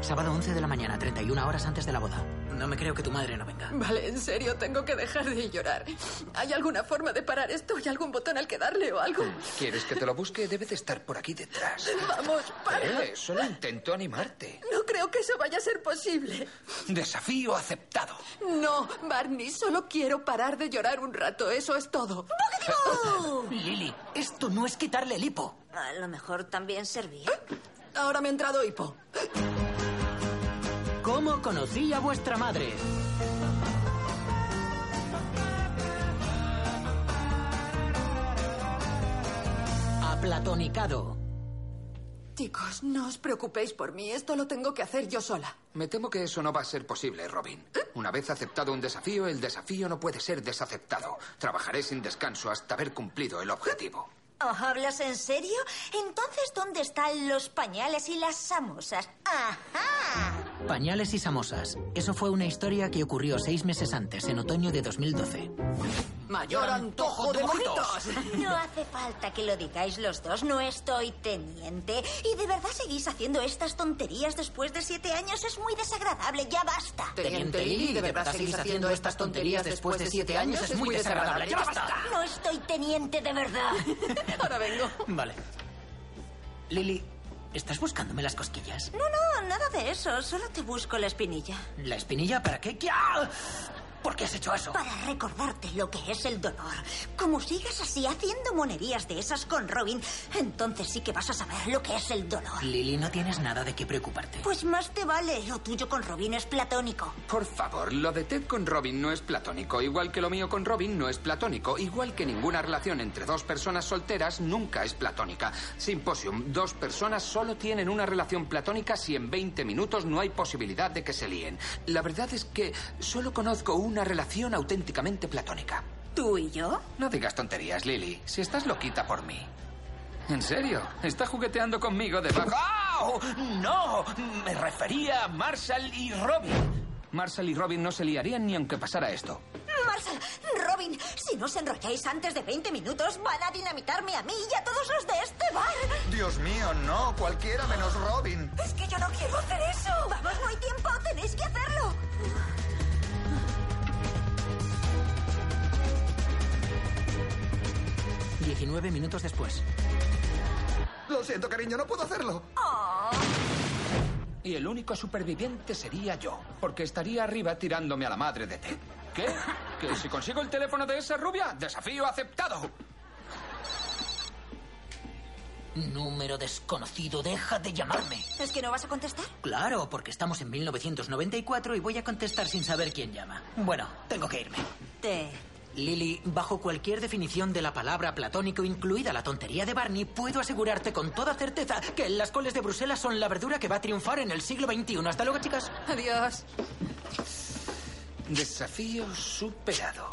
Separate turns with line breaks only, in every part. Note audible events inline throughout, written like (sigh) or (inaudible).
Sábado 11 de la mañana, 31 horas antes de la boda. No me creo que tu madre no venga.
Vale, en serio, tengo que dejar de llorar. ¿Hay alguna forma de parar esto? ¿Hay algún botón al que darle o algo?
¿Quieres que te lo busque? Debe de estar por aquí detrás.
Vamos, para.
Eh, solo intento animarte.
No creo que eso vaya a ser posible.
Desafío aceptado.
No, Barney, solo quiero parar de llorar un rato. Eso es todo.
Lily, esto no es quitarle el hipo.
A lo mejor también servía.
Ahora me ha entrado hipo.
¿Cómo conocí a vuestra madre? Aplatonicado.
Chicos, no os preocupéis por mí. Esto lo tengo que hacer yo sola.
Me temo que eso no va a ser posible, Robin. Una vez aceptado un desafío, el desafío no puede ser desaceptado. Trabajaré sin descanso hasta haber cumplido el objetivo.
¿Oh, ¿Hablas en serio? Entonces, ¿dónde están los pañales y las samosas? ¡Ajá!
Pañales y samosas. Eso fue una historia que ocurrió seis meses antes, en otoño de 2012.
Mayor antojo de mojitos.
No hace falta que lo digáis los dos, no estoy teniente. ¿Y de verdad seguís haciendo estas tonterías después de siete años? Es muy desagradable, ya basta.
Teniente Lily, ¿de verdad seguís haciendo estas tonterías después de siete años? Es muy desagradable. ¡Ya basta!
No estoy teniente de verdad.
Ahora vengo.
Vale. Lily, ¿estás buscándome las cosquillas?
No, no, nada de eso. Solo te busco la espinilla.
¿La espinilla para qué? ¿Qué- ¡Ah! ¿Por qué has hecho eso?
Para recordarte lo que es el dolor. Como sigas así haciendo monerías de esas con Robin, entonces sí que vas a saber lo que es el dolor.
Lily, no tienes nada de qué preocuparte.
Pues más te vale. Lo tuyo con Robin es platónico.
Por favor, lo de Ted con Robin no es platónico, igual que lo mío con Robin no es platónico, igual que ninguna relación entre dos personas solteras nunca es platónica. Simposium, dos personas solo tienen una relación platónica si en 20 minutos no hay posibilidad de que se líen. La verdad es que solo conozco una relación auténticamente platónica.
¿Tú y yo?
No digas tonterías, Lily, si estás loquita por mí. ¿En serio? Está jugueteando conmigo debajo. ¡Au! ¡No! Me refería a Marshall y Robin. Marshall y Robin no se liarían ni aunque pasara esto.
Marshall, Robin, si no os enrolláis antes de 20 minutos, van a dinamitarme a mí y a todos los de este bar.
Dios mío, no, cualquiera menos Robin.
Es que yo no quiero hacer eso. Vamos, no hay tiempo, tenéis que hacerlo.
Diecinueve minutos después.
Lo siento, cariño, no puedo hacerlo.
Y el único superviviente sería yo, porque estaría arriba tirándome a la madre de Ted. ¿Qué? ¿Que si consigo el teléfono de esa rubia? ¡Desafío aceptado!
Número desconocido, deja de llamarme.
¿Es que no vas a contestar?
Claro, porque estamos en 1994 y voy a contestar sin saber quién llama. Bueno, tengo que irme.
Te.
Lily, bajo cualquier definición de la palabra platónico, incluida la tontería de Barney, puedo asegurarte con toda certeza que las coles de Bruselas son la verdura que va a triunfar en el siglo XXI. Hasta luego, chicas.
Adiós.
Desafío superado.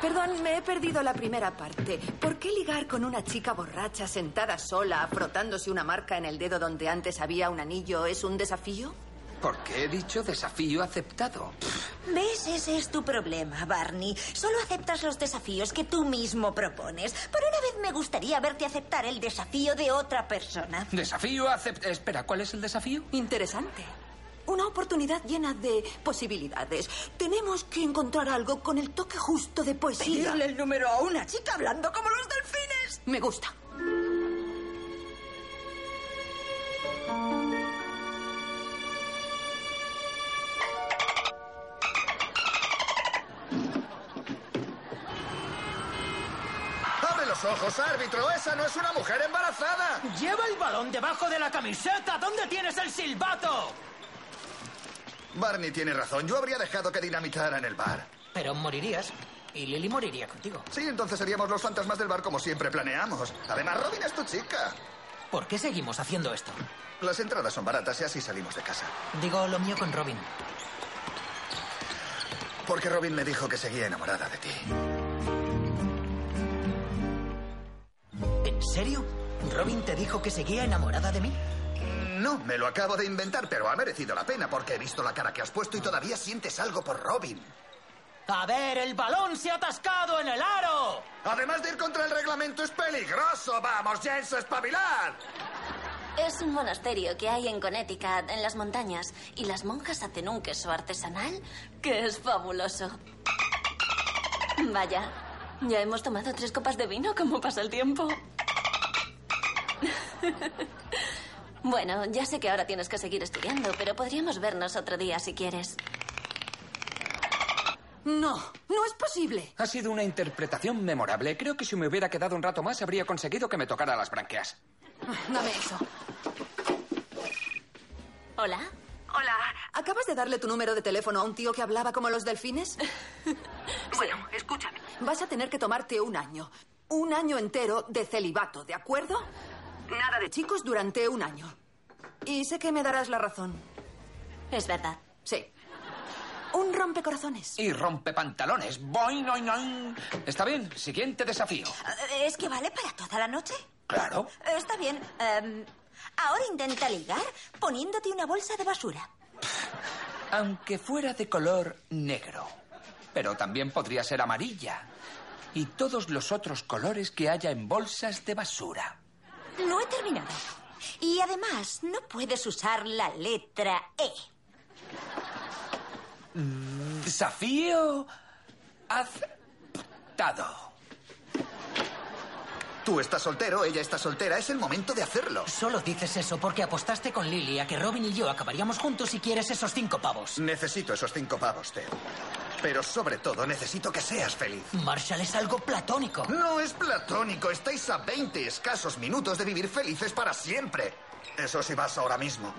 Perdón, me he perdido la primera parte. ¿Por qué ligar con una chica borracha sentada sola, frotándose una marca en el dedo donde antes había un anillo es un desafío?
¿Por qué he dicho desafío aceptado?
¿Ves? Ese es tu problema, Barney. Solo aceptas los desafíos que tú mismo propones. Por una vez me gustaría verte aceptar el desafío de otra persona.
Desafío aceptado. Espera, ¿cuál es el desafío?
Interesante. Una oportunidad llena de posibilidades. Tenemos que encontrar algo con el toque justo de poesía.
el número a una chica hablando como los delfines.
Me gusta.
¡Abre los ojos, árbitro! ¡Esa no es una mujer embarazada!
Lleva el balón debajo de la camiseta. ¿Dónde tienes el silbato?
Barney tiene razón, yo habría dejado que dinamitaran el bar.
Pero morirías y Lily moriría contigo.
Sí, entonces seríamos los fantasmas del bar como siempre planeamos. Además, Robin es tu chica.
¿Por qué seguimos haciendo esto?
Las entradas son baratas y así salimos de casa.
Digo lo mío con Robin.
Porque Robin me dijo que seguía enamorada de ti.
¿En serio? ¿Robin te dijo que seguía enamorada de mí?
No, me lo acabo de inventar, pero ha merecido la pena porque he visto la cara que has puesto y todavía sientes algo por Robin.
A ver, el balón se ha atascado en el aro.
Además de ir contra el reglamento, es peligroso. Vamos, Jens, espabilar.
Es un monasterio que hay en Connecticut, en las montañas, y las monjas hacen un queso artesanal que es fabuloso. Vaya, ya hemos tomado tres copas de vino, ¿cómo pasa el tiempo? bueno, ya sé que ahora tienes que seguir estudiando, pero podríamos vernos otro día si quieres.
No, no es posible.
Ha sido una interpretación memorable. Creo que si me hubiera quedado un rato más habría conseguido que me tocara las branquias.
Dame eso.
¿Hola?
Hola.
¿Acabas de darle tu número de teléfono a un tío que hablaba como los (laughs) delfines?
Bueno, escúchame.
Vas a tener que tomarte un año. Un año entero de celibato, ¿de acuerdo?
Nada de...
De chicos durante un año. Y sé que me darás la razón.
Es verdad.
Sí. Un rompecorazones.
Y rompe pantalones. Boing, oing, oing. ¿Está bien? Siguiente desafío.
Eh, ¿Es que vale para toda la noche? Eh,
Claro.
Está bien. em, ahora intenta ligar poniéndote una bolsa de basura.
Aunque fuera de color negro. Pero también podría ser amarilla. Y todos los otros colores que haya en bolsas de basura.
No he terminado. Y además, no puedes usar la letra E.
Desafío aceptado.
Tú estás soltero, ella está soltera. Es el momento de hacerlo.
Solo dices eso porque apostaste con Lily a que Robin y yo acabaríamos juntos si quieres esos cinco pavos.
Necesito esos cinco pavos, Teo. Pero sobre todo necesito que seas feliz.
Marshall es algo platónico.
No es platónico. Estáis a 20 escasos minutos de vivir felices para siempre. Eso si vas ahora mismo.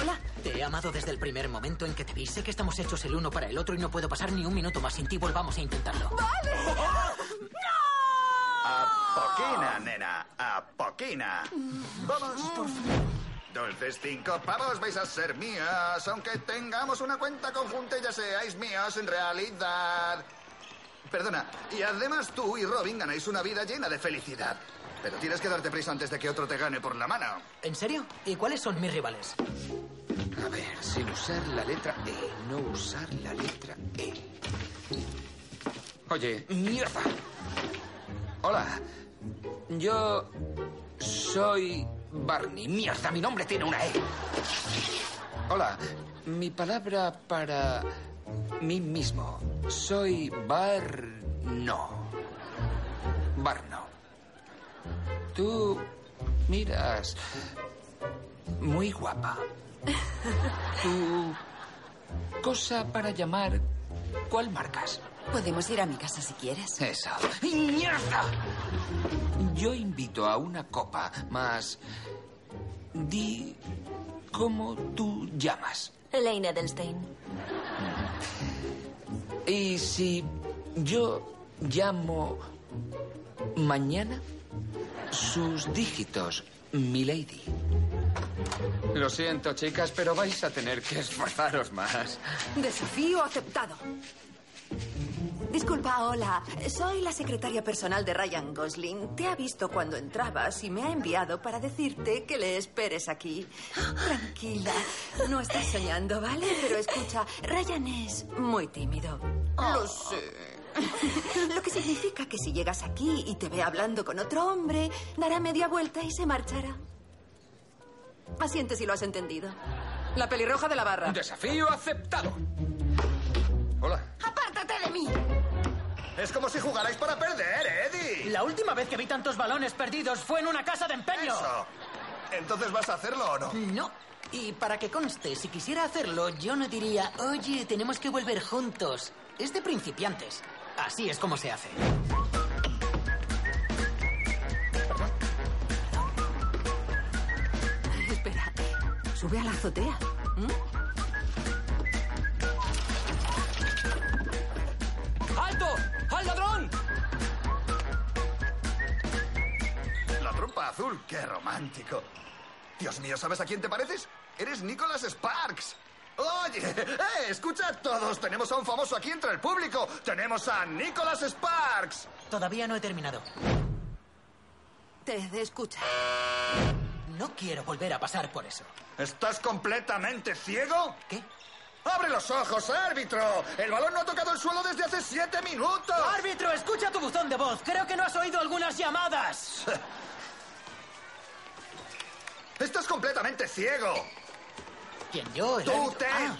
Hola.
Te he amado desde el primer momento en que te vi. Sé que estamos hechos el uno para el otro y no puedo pasar ni un minuto más sin ti. Volvamos a intentarlo.
A poquina, nena. A poquina. Vamos. Dulces cinco pavos vais a ser mías, aunque tengamos una cuenta conjunta y ya seáis míos en realidad. Perdona, y además tú y Robin ganáis una vida llena de felicidad. Pero tienes que darte prisa antes de que otro te gane por la mano.
¿En serio? ¿Y cuáles son mis rivales?
A ver, sin usar la letra E. No usar la letra E. Oye, mierda. Hola. Yo soy Barney. Mierda, mi nombre tiene una E. Hola. Mi palabra para mí mismo. Soy Barno. Barno. Tú miras muy guapa. Tu cosa para llamar, ¿cuál marcas?
Podemos ir a mi casa si quieres.
Eso. ¡Mierda! Yo invito a una copa, más di cómo tú llamas.
Elaine Edelstein.
Y si yo llamo mañana, sus dígitos, milady. Lo siento, chicas, pero vais a tener que esforzaros más.
Desafío aceptado. Disculpa, hola. Soy la secretaria personal de Ryan Gosling. Te ha visto cuando entrabas y me ha enviado para decirte que le esperes aquí. Tranquila, no estás soñando, ¿vale? Pero escucha, Ryan es muy tímido. Lo sé. Lo que significa que si llegas aquí y te ve hablando con otro hombre, dará media vuelta y se marchará. Asiente si lo has entendido. La pelirroja de la barra.
Desafío aceptado.
Hola.
¡Apártate de mí!
Es como si jugarais para perder, ¿eh, Eddie.
La última vez que vi tantos balones perdidos fue en una casa de empeño.
Eso. Entonces vas a hacerlo o no?
No. Y para que conste, si quisiera hacerlo, yo no diría, oye, tenemos que volver juntos. Es de principiantes. Así es como se hace.
Espera, sube a la azotea.
¡Alto! ¡Al ladrón!
Pantera Azul, qué romántico. Dios mío, ¿sabes a quién te pareces? Eres Nicholas Sparks. Oye, eh, escucha a todos, tenemos a un famoso aquí entre el público. Tenemos a Nicholas Sparks.
Todavía no he terminado.
Ted, escucha.
No quiero volver a pasar por eso.
¿Estás completamente ciego?
¿Qué?
¡Abre los ojos, árbitro! ¡El balón no ha tocado el suelo desde hace siete minutos!
Árbitro, escucha tu buzón de voz. Creo que no has oído algunas
(laughs)
llamadas.
¡Estás completamente ciego!
¿Quién yo? El
¡Tú,
árbitro?
Ted!
Ah,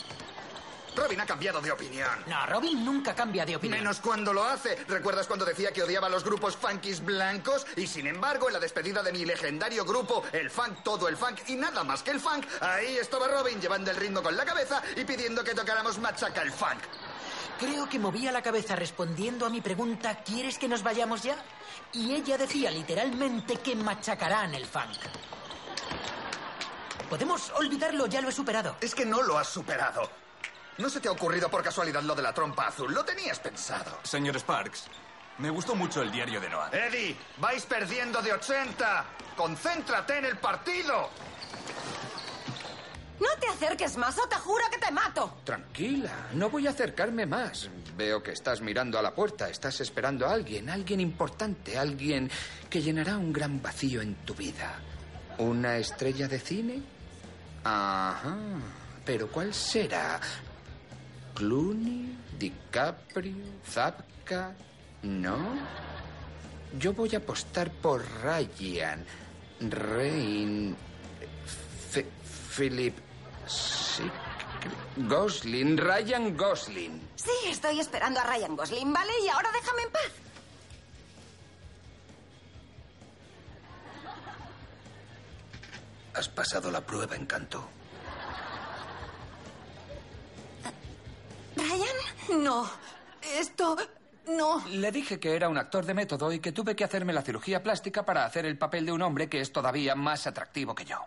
Robin ha cambiado de opinión.
no, Robin nunca cambia de opinión.
Menos cuando lo hace. ¿Recuerdas cuando decía que odiaba a los grupos funkis blancos? Y sin embargo, en la despedida de mi legendario grupo, el funk, todo el funk y nada más que el funk, ahí estaba Robin llevando el ritmo con la cabeza y pidiendo que tocáramos machaca el funk.
Creo que movía la cabeza respondiendo a mi pregunta, ¿quieres que nos vayamos ya? Y ella decía literalmente que machacarán el funk. Podemos olvidarlo, ya lo he superado.
Es que no lo has superado. No se te ha ocurrido por casualidad lo de la trompa azul. Lo tenías pensado.
Señor Sparks, me gustó mucho el diario de Noah.
Eddie, vais perdiendo de 80. Concéntrate en el partido.
No te acerques más o te juro que te mato.
Tranquila, no voy a acercarme más. Veo que estás mirando a la puerta, estás esperando a alguien, alguien importante, alguien que llenará un gran vacío en tu vida. ¿Una estrella de cine? Ajá. Pero ¿cuál será? ¿Clooney? ¿DiCaprio? ¿Zapka? ¿No? Yo voy a apostar por Ryan. Rain. F- Philip. Sick- Gosling. Ryan Gosling.
Sí, estoy esperando a Ryan Gosling, ¿vale? Y ahora déjame en paz.
Has pasado la prueba, encanto.
¿Ryan?
No, esto no.
Le dije que era un actor de método y que tuve que hacerme la cirugía plástica para hacer el papel de un hombre que es todavía más atractivo que yo.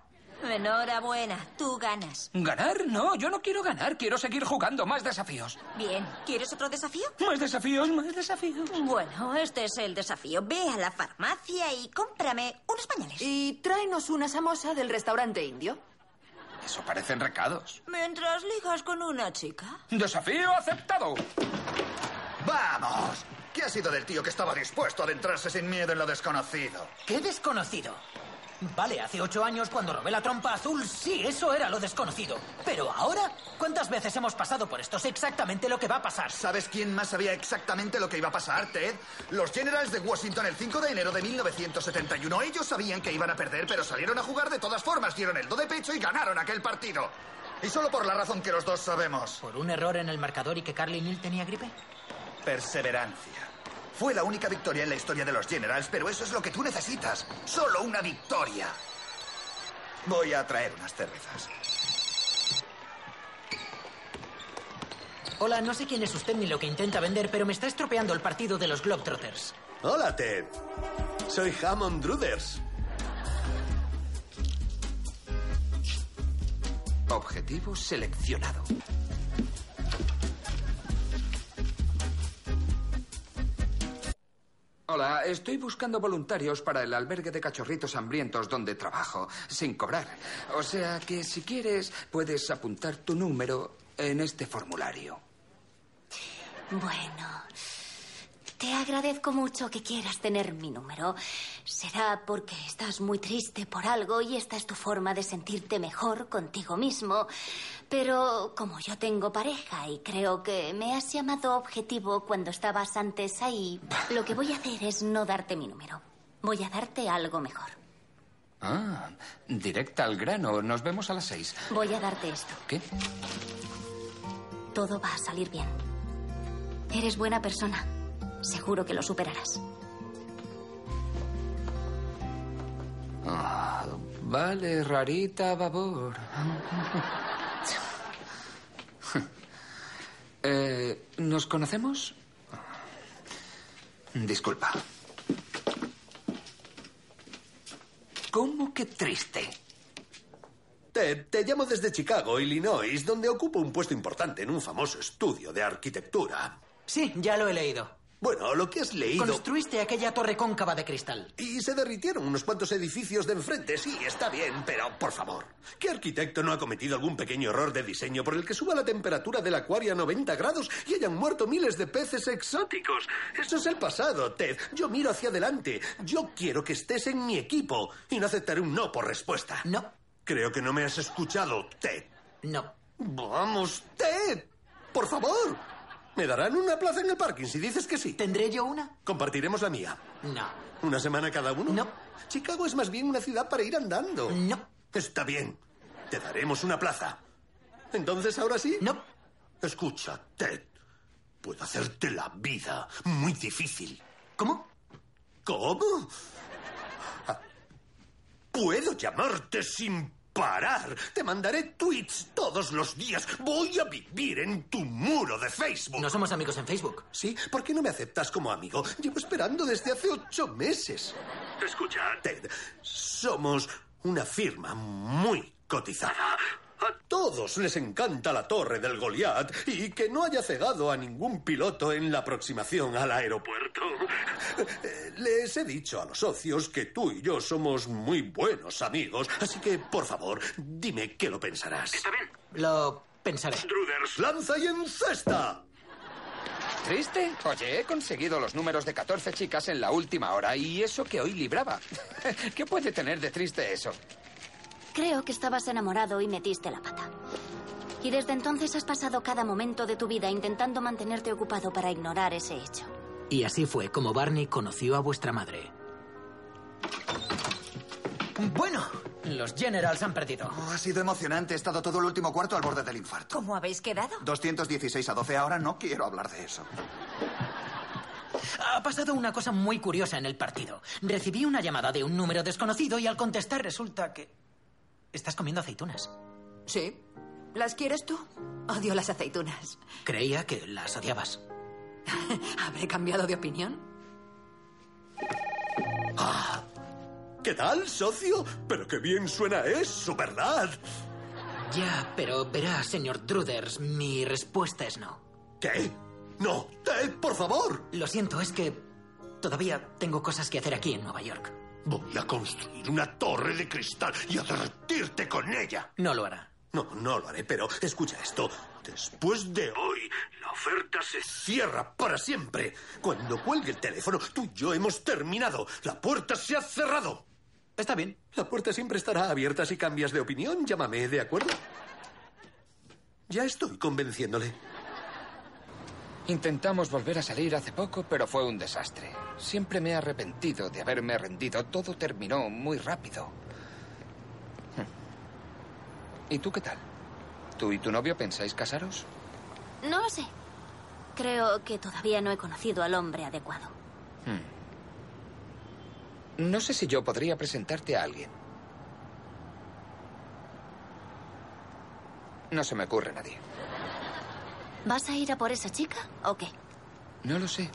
Enhorabuena, tú ganas.
¿Ganar? No, yo no quiero ganar. Quiero seguir jugando. Más desafíos.
Bien, ¿quieres otro desafío?
Más desafíos, más desafíos.
Bueno, este es el desafío. Ve a la farmacia y cómprame unos pañales.
Y tráenos una samosa del restaurante indio.
Eso parecen recados.
Mientras ligas con una chica.
Desafío aceptado.
¡Vamos! ¿Qué ha sido del tío que estaba dispuesto a adentrarse sin miedo en lo desconocido?
¡Qué desconocido! Vale, hace ocho años cuando robé la trompa azul, sí, eso era lo desconocido. Pero ahora, ¿cuántas veces hemos pasado por esto? Sé exactamente lo que va a pasar.
¿Sabes quién más sabía exactamente lo que iba a pasar, Ted? Los Generals de Washington el 5 de enero de 1971. Ellos sabían que iban a perder, pero salieron a jugar de todas formas, dieron el do de pecho y ganaron aquel partido. Y solo por la razón que los dos sabemos.
¿Por un error en el marcador y que Carly Neal tenía gripe?
Perseverancia. Fue la única victoria en la historia de los Generals, pero eso es lo que tú necesitas. Solo una victoria. Voy a traer unas cervezas.
Hola, no sé quién es usted ni lo que intenta vender, pero me está estropeando el partido de los Globetrotters.
Hola, Ted. Soy Hammond Ruders.
Objetivo seleccionado. Hola, estoy buscando voluntarios para el albergue de cachorritos hambrientos donde trabajo, sin cobrar. O sea que si quieres, puedes apuntar tu número en este formulario.
Bueno, te agradezco mucho que quieras tener mi número. Será porque estás muy triste por algo y esta es tu forma de sentirte mejor contigo mismo. Pero como yo tengo pareja y creo que me has llamado objetivo cuando estabas antes ahí, lo que voy a hacer es no darte mi número. Voy a darte algo mejor.
Ah, directa al grano. Nos vemos a las seis.
Voy a darte esto.
¿Qué?
Todo va a salir bien. Eres buena persona. Seguro que lo superarás.
Ah, vale, rarita (laughs) babor. Eh, ¿Nos conocemos? Disculpa. ¿Cómo que triste?
Ted, te llamo desde Chicago, Illinois, donde ocupo un puesto importante en un famoso estudio de arquitectura.
Sí, ya lo he leído.
Bueno, lo que has leído.
Construiste aquella torre cóncava de cristal.
Y se derritieron unos cuantos edificios de enfrente. Sí, está bien, pero por favor. ¿Qué arquitecto no ha cometido algún pequeño error de diseño por el que suba la temperatura del acuario a 90 grados y hayan muerto miles de peces exóticos? Eso es el pasado, Ted. Yo miro hacia adelante. Yo quiero que estés en mi equipo y no aceptaré un no por respuesta.
No.
Creo que no me has escuchado, Ted.
No.
Vamos, Ted. Por favor. Me darán una plaza en el parking si dices que sí.
¿Tendré yo una?
Compartiremos la mía.
No.
¿Una semana cada uno?
No.
Chicago es más bien una ciudad para ir andando.
No.
Está bien. Te daremos una plaza. Entonces, ahora sí.
No.
Escucha, Ted. Puedo hacerte la vida muy difícil.
¿Cómo?
¿Cómo? Ah, Puedo llamarte sin parar. Te mandaré tweets todos los días. Voy a vivir en tu muro de Facebook.
No somos amigos en Facebook.
Sí, ¿por qué no me aceptas como amigo? Llevo esperando desde hace ocho meses.
Escucha,
Ted, somos una firma muy cotizada. A todos les encanta la torre del Goliat y que no haya cegado a ningún piloto en la aproximación al aeropuerto. Eh, Les he dicho a los socios que tú y yo somos muy buenos amigos, así que por favor, dime qué lo pensarás.
Lo pensaré.
Druders.
¡Lanza y encesta!
¿Triste? Oye, he conseguido los números de 14 chicas en la última hora y eso que hoy libraba. (laughs) ¿Qué puede tener de triste eso?
Creo que estabas enamorado y metiste la pata. Y desde entonces has pasado cada momento de tu vida intentando mantenerte ocupado para ignorar ese hecho.
Y así fue como Barney conoció a vuestra madre. Bueno, los Generals han perdido.
Oh, ha sido emocionante. He estado todo el último cuarto al borde del infarto.
¿Cómo habéis quedado?
216 a 12. Ahora no quiero hablar de eso.
Ha pasado una cosa muy curiosa en el partido. Recibí una llamada de un número desconocido y al contestar resulta que... Estás comiendo aceitunas.
Sí. ¿Las quieres tú? Odio las aceitunas.
Creía que las odiabas.
¿Habré cambiado de opinión?
¿Qué tal, socio? Pero qué bien suena eso, ¿verdad?
Ya, pero verá, señor Truders, mi respuesta es no.
¿Qué? No, Ted, por favor.
Lo siento, es que todavía tengo cosas que hacer aquí en Nueva York.
Voy a construir una torre de cristal y a derretirte con ella.
No lo hará.
No, no lo haré, pero escucha esto. Después de hoy,
Hoy la oferta se...
cierra para siempre. Cuando cuelgue el teléfono, tú y yo hemos terminado. La puerta se ha cerrado.
Está bien.
La puerta siempre estará abierta si cambias de opinión. Llámame, ¿de acuerdo? Ya estoy convenciéndole.
Intentamos volver a salir hace poco, pero fue un desastre. Siempre me he arrepentido de haberme rendido. Todo terminó muy rápido. Hmm. ¿Y tú qué tal? ¿Tú y tu novio pensáis casaros?
No lo sé. Creo que todavía no he conocido al hombre adecuado.
No sé si yo podría presentarte a alguien. No se me ocurre nadie.
¿Vas a ir a por esa chica o qué?
No lo sé.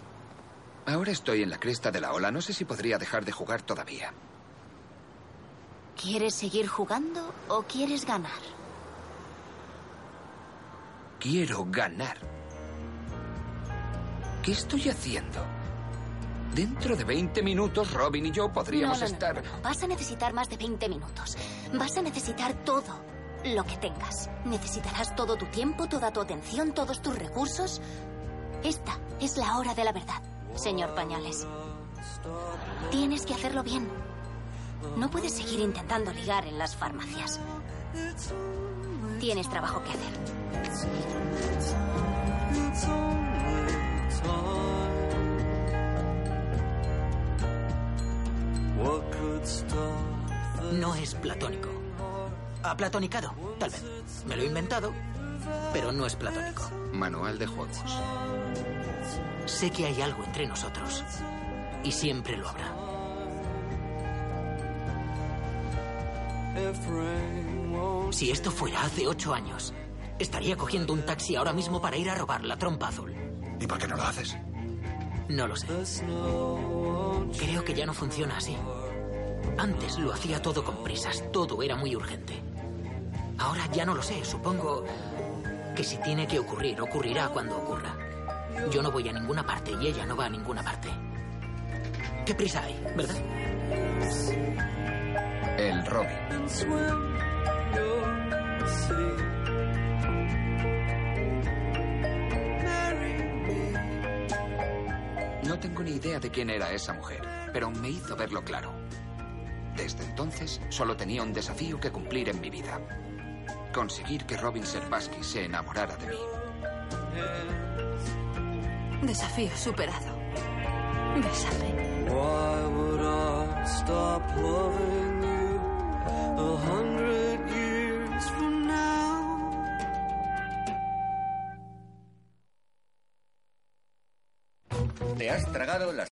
Ahora estoy en la cresta de la ola. No sé si podría dejar de jugar todavía.
¿Quieres seguir jugando o quieres ganar?
Quiero ganar. ¿Qué estoy haciendo? Dentro de 20 minutos, Robin y yo podríamos
No, no, no,
estar...
no, no. Vas a necesitar más de 20 minutos. Vas a necesitar todo lo que tengas. Necesitarás todo tu tiempo, toda tu atención, todos tus recursos. Esta es la hora de la verdad, señor Pañales. Tienes que hacerlo bien. No puedes seguir intentando ligar en las farmacias. Tienes trabajo que hacer.
No es platónico. Ha platonicado, tal vez. Me lo he inventado, pero no es platónico.
Manual de juegos.
Sé que hay algo entre nosotros. Y siempre lo habrá. Si esto fuera hace ocho años, estaría cogiendo un taxi ahora mismo para ir a robar la trompa azul.
¿Y por qué no lo haces?
No lo sé. Creo que ya no funciona así. Antes lo hacía todo con prisas, todo era muy urgente. Ahora ya no lo sé, supongo que si tiene que ocurrir, ocurrirá cuando ocurra. Yo no voy a ninguna parte y ella no va a ninguna parte. ¿Qué prisa hay, verdad?
El Robin. No tengo ni idea de quién era esa mujer, pero me hizo verlo claro. Desde entonces solo tenía un desafío que cumplir en mi vida. Conseguir que Robin Serbaski se enamorara de mí.
Desafío superado. Bésame.
Why would I stop loving you a hundred years from now?
Te has tragado las